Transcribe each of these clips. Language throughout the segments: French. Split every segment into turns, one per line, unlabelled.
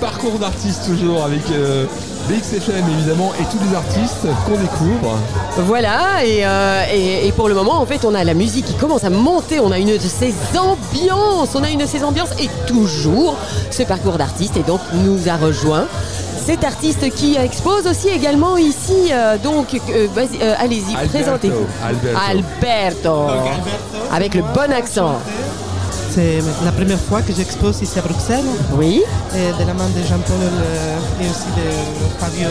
parcours d'artiste toujours avec euh, BXFM évidemment et tous les artistes qu'on découvre.
Voilà, et, euh, et, et pour le moment, en fait, on a la musique qui commence à monter, on a une de ces ambiances, on a une de ces ambiances, et toujours ce parcours d'artiste, et donc nous a rejoint cet artiste qui expose aussi également ici, euh, donc euh, vas-y, euh, allez-y,
Alberto,
présentez-vous.
Alberto.
Alberto. avec le bon accent.
C'est la première fois que j'expose ici à Bruxelles,
Oui,
et de la main de Jean-Paul euh, et aussi de Fabio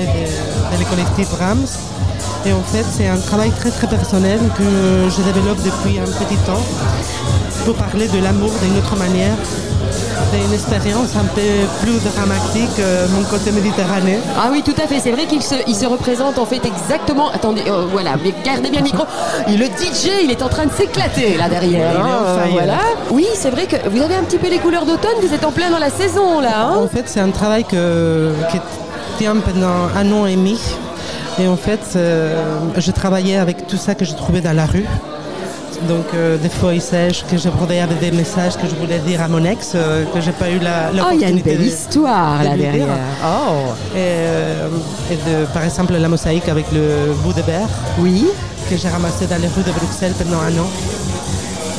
et de, de le collectif Rams. Et en fait, c'est un travail très très personnel que je développe depuis un petit temps pour parler de l'amour d'une autre manière, d'une expérience un peu plus dramatique, euh, mon côté méditerranéen.
ah oui, tout à fait. C'est vrai qu'il se, il se représente en fait exactement. Attendez, euh, voilà, mais gardez bien le micro. Il- Le DJ, il est en train de s'éclater là derrière.
Il est
hein,
en faille,
voilà.
là.
Oui, c'est vrai que vous avez un petit peu les couleurs d'automne. Vous êtes en plein dans la saison là. hein.
En fait, c'est un travail que, qui tient pendant un an et demi. Et en fait, euh, je travaillais avec tout ça que je trouvais dans la rue. Donc euh, des feuilles sèches que je brodais avec des messages que je voulais dire à mon ex, euh, que j'ai pas eu la
Oh, il y a une
l'opportunité
belle
de-
histoire
de
là
lui dire.
derrière. Oh.
Et, euh, et de, par exemple, la mosaïque avec le bout de verre
Oui.
que j'ai ramassé dans les rues de Bruxelles pendant un an.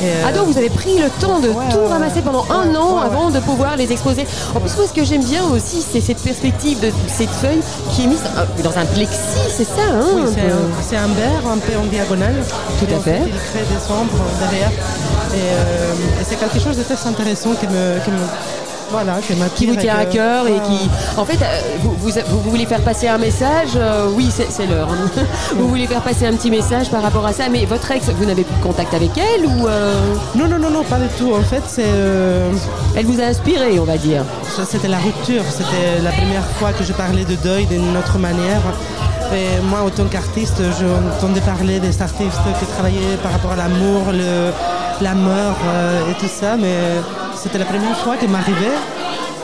Et, euh,
Ah donc vous avez pris le temps de tout
ouais, ouais.
ramasser pendant un
Ouais,
an
ouais, ouais.
avant de pouvoir les exposer. En plus moi ce que j'aime bien aussi c'est cette perspective de cette feuille qui est mise euh, dans un plexi, c'est ça hein,
Oui,
un
c'est
peu
un- c'est un, verre un peu en diagonale.
Tout
Et
à
en
fait.
Il crée des ombres derrière. Et, euh, et c'est quelque chose de très intéressant qui me, qui me- voilà, qui,
qui vous tient à cœur
Ah.
et qui... En fait, euh, vous, vous- vous voulez faire passer un message, euh, oui c'est c'est l'heure, hein. vous voulez faire passer un petit message par rapport à ça, mais votre ex, vous n'avez plus de contact avec elle ou euh,
Non, non, non, non, pas du tout. En fait, c'est, euh,
elle vous a inspiré on va dire
ça, c'était la rupture. C'était la première fois que je parlais de deuil d'une autre manière. Et moi, en tant qu'artiste, j'entendais parler des artistes qui travaillaient par rapport à l'amour, le- la mort euh, et tout ça, mais c'était la première fois qui m'arrivait.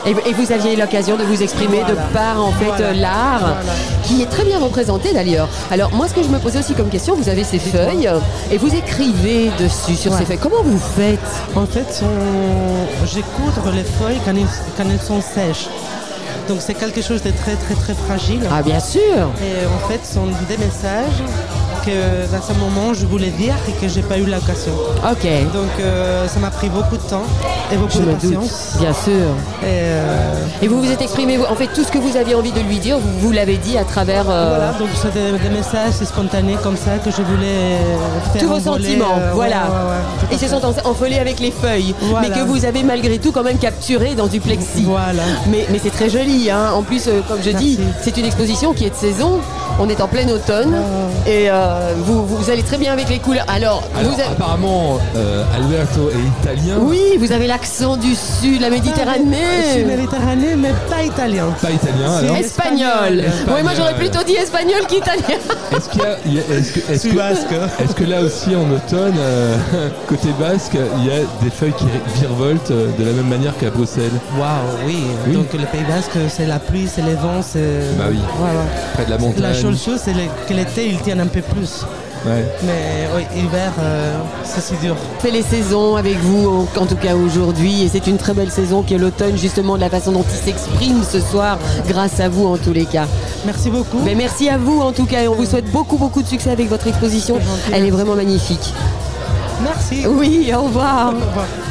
Et, et vous aviez l'occasion de vous exprimer
Voilà.
de par en fait
Voilà.
euh, l'art,
Voilà.
qui est très bien représenté d'ailleurs. Alors moi, ce que je me posais aussi comme question, vous avez ces feuilles euh, et vous écrivez dessus sur
Ouais.
ces feuilles. Comment vous faites
En fait, on... je coudre les feuilles quand elles, quand elles sont sèches. Donc c'est quelque chose de très très très fragile.
Ah bien sûr.
Et euh, en fait, ce sont des messages que à ce moment je voulais dire et que j'ai pas eu l'occasion.
Ok.
Donc euh, ça m'a pris beaucoup de temps et beaucoup
Je
de
me doute.
patience.
Bien sûr.
Et, euh,
Et vous vous êtes exprimé. vous- En fait, tout ce que vous aviez envie de lui dire, vous, vous l'avez dit à travers. euh,
Voilà, donc c'est des, des messages spontanés comme ça que je voulais faire.
Tous vos
envoler,
sentiments,
euh,
voilà.
ouais, ouais, ouais, tout
Et
à
se
fait.
sont en- envolés avec les feuilles,
Voilà.
mais que vous avez malgré tout quand même capturé dans du plexi.
Voilà.
Mais, mais c'est très joli, hein. en plus, euh, comme je dis,
Merci.
c'est une exposition qui est de saison. On est en plein automne
Ah.
et euh, vous, vous allez très bien avec les couleurs. Alors,
Alors, ah bah.
vous avez-
apparemment euh, Alberto est italien,
oui, vous avez l'accent du sud, la
Je suis
Méditerranée.
méditerranéen, Ah, mais pas italien.
pas italien
Si.
alors.
Espagnol.
Espagnol.
Oui, moi j'aurais plutôt dit espagnol qu'italien.
Est-ce qu'il y a- il y a- est-ce que, est-ce
Suis
que-
basque.
est-ce que là aussi en automne, euh, côté basque, il y a des feuilles qui virevoltent euh, de la même manière qu'à Bruxelles
Waouh, oui.
Oui.
Donc le Pays Basque, c'est la pluie, c'est les vents, c'est.
Bah oui.
Voilà.
Près de la montagne.
La seule chose, c'est le- que l'été, ils tiennent un peu plus.
Ouais.
Mais oui, hiver, euh, ça c'est dur.
fait les saisons avec vous, en en tout cas aujourd'hui, et c'est une très belle saison qui est l'automne, justement, de la façon dont il s'exprime ce soir, grâce à vous en tous les cas.
Merci beaucoup.
Mais merci à vous en tout cas, et on vous souhaite beaucoup, beaucoup de succès avec votre exposition.
C'est gentil,
Elle est
merci.
vraiment magnifique.
Merci.
Oui, au revoir.
Au revoir.